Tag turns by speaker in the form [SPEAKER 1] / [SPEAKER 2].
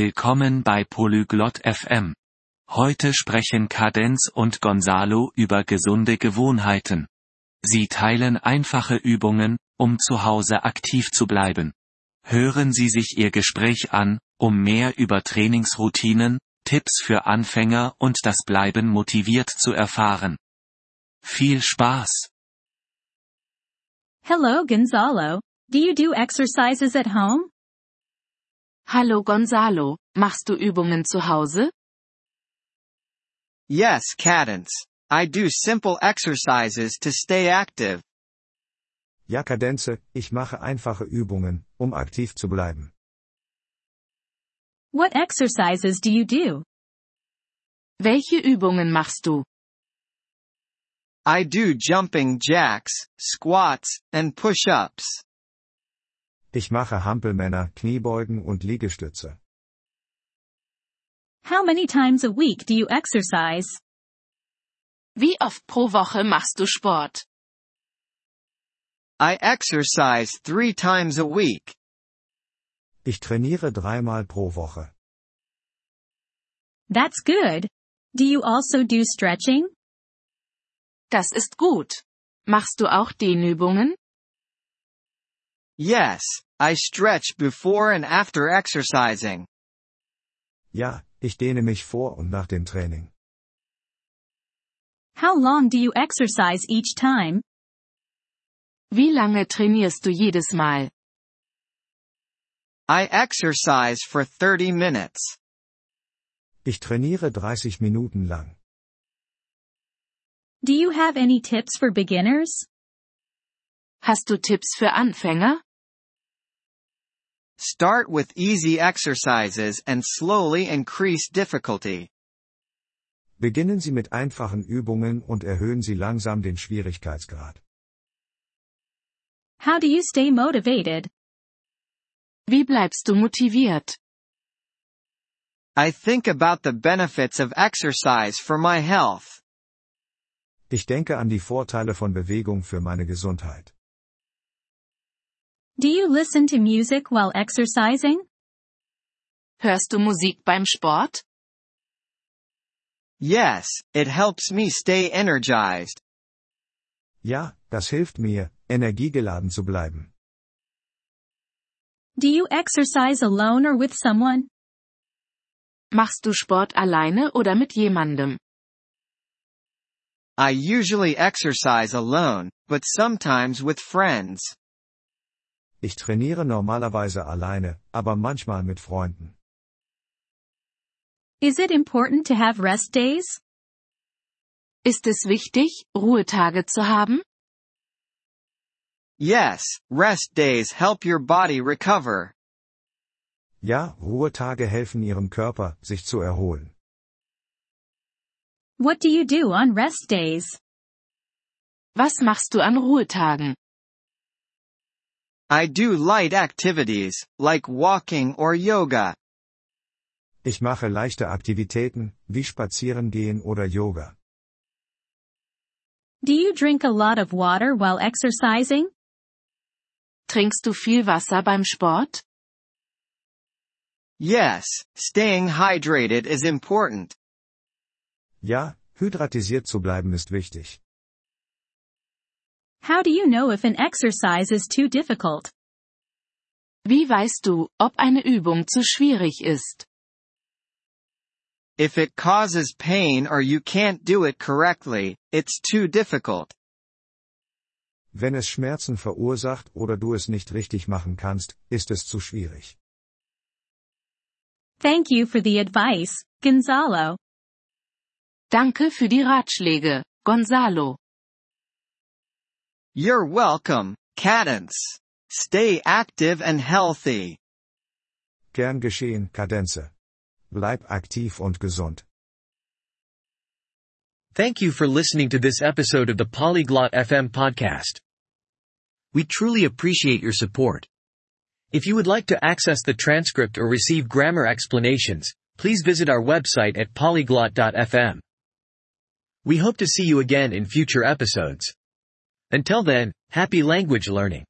[SPEAKER 1] Willkommen bei Polyglot FM. Heute sprechen Cadenz und Gonzalo über gesunde Gewohnheiten. Sie teilen einfache Übungen, um zu Hause aktiv zu bleiben. Hören Sie sich Ihr Gespräch an, um mehr über Trainingsroutinen, Tipps für Anfänger und das Bleiben motiviert zu erfahren. Viel Spaß!
[SPEAKER 2] Hello, Gonzalo. Do you do exercises at home?
[SPEAKER 3] Hallo Gonzalo, machst du Übungen zu Hause?
[SPEAKER 4] Yes, Cadence. I do simple exercises to stay active.
[SPEAKER 5] Ja, Kadenze, ich mache einfache Übungen, um aktiv zu bleiben.
[SPEAKER 2] What exercises do you do?
[SPEAKER 3] Welche Übungen machst du?
[SPEAKER 4] I do jumping jacks, squats, and push-ups.
[SPEAKER 5] Ich mache Hampelmänner, Kniebeugen und Liegestütze.
[SPEAKER 2] How many times a week do you exercise?
[SPEAKER 3] Wie oft pro Woche machst du Sport?
[SPEAKER 4] I exercise three times a week.
[SPEAKER 5] Ich trainiere dreimal pro Woche.
[SPEAKER 2] That's good. Do you also do stretching?
[SPEAKER 3] Das ist gut. Machst du auch Dehnübungen?
[SPEAKER 4] Yes, I stretch before and after exercising.
[SPEAKER 5] Ja, ich dehne mich vor und nach dem Training.
[SPEAKER 2] How long do you exercise each time?
[SPEAKER 3] Wie lange trainierst du jedes Mal?
[SPEAKER 4] I exercise for 30 minutes.
[SPEAKER 5] Ich trainiere 30 Minuten lang.
[SPEAKER 2] Do you have any tips for beginners?
[SPEAKER 3] Hast du Tipps für Anfänger?
[SPEAKER 4] Start with easy exercises and slowly increase difficulty.
[SPEAKER 5] Beginnen Sie mit einfachen Übungen und erhöhen Sie langsam den Schwierigkeitsgrad.
[SPEAKER 2] How do you stay motivated?
[SPEAKER 3] Wie bleibst du motiviert?
[SPEAKER 4] I think about the benefits of exercise for my health.
[SPEAKER 5] Ich denke an die Vorteile von Bewegung für meine Gesundheit.
[SPEAKER 2] Do you listen to music while exercising?
[SPEAKER 3] Hörst du Musik beim Sport?
[SPEAKER 4] Yes, it helps me stay energized.
[SPEAKER 5] Ja, das hilft mir, energiegeladen zu bleiben.
[SPEAKER 2] Do you exercise alone or with someone?
[SPEAKER 3] Machst du Sport alleine oder mit jemandem?
[SPEAKER 4] I usually exercise alone, but sometimes with friends.
[SPEAKER 5] Ich trainiere normalerweise alleine, aber manchmal mit Freunden.
[SPEAKER 2] Is it important to have rest days?
[SPEAKER 3] Ist es wichtig, Ruhetage zu haben?
[SPEAKER 4] Yes, rest days help your body recover.
[SPEAKER 5] Ja, Ruhetage helfen Ihrem Körper, sich zu erholen.
[SPEAKER 2] What do you do on rest days?
[SPEAKER 3] Was machst du an Ruhetagen?
[SPEAKER 4] I do light activities, like walking or yoga.
[SPEAKER 5] Ich mache leichte Aktivitäten, wie Spazierengehen oder Yoga.
[SPEAKER 2] Do you drink a lot of water while exercising?
[SPEAKER 3] Trinkst du viel Wasser beim Sport?
[SPEAKER 4] Yes, staying hydrated is important.
[SPEAKER 5] Ja, hydratisiert zu bleiben ist wichtig.
[SPEAKER 2] How do you know if an exercise is too difficult?
[SPEAKER 3] Wie weißt du, ob eine Übung zu schwierig ist?
[SPEAKER 4] If it causes pain or you can't do it correctly, it's too difficult.
[SPEAKER 5] Wenn es Schmerzen verursacht oder du es nicht richtig machen kannst, ist es zu schwierig.
[SPEAKER 2] Thank you for the advice, Gonzalo.
[SPEAKER 3] Danke für die Ratschläge, Gonzalo.
[SPEAKER 4] You're welcome, Cadence. Stay active and healthy.
[SPEAKER 5] Gern geschehen, Kadenze. Bleib aktiv und gesund.
[SPEAKER 6] Thank you for listening to this episode of the Polyglot FM podcast. We truly appreciate your support. If you would like to access the transcript or receive grammar explanations, please visit our website at polyglot.fm. We hope to see you again in future episodes. Until then, happy language learning.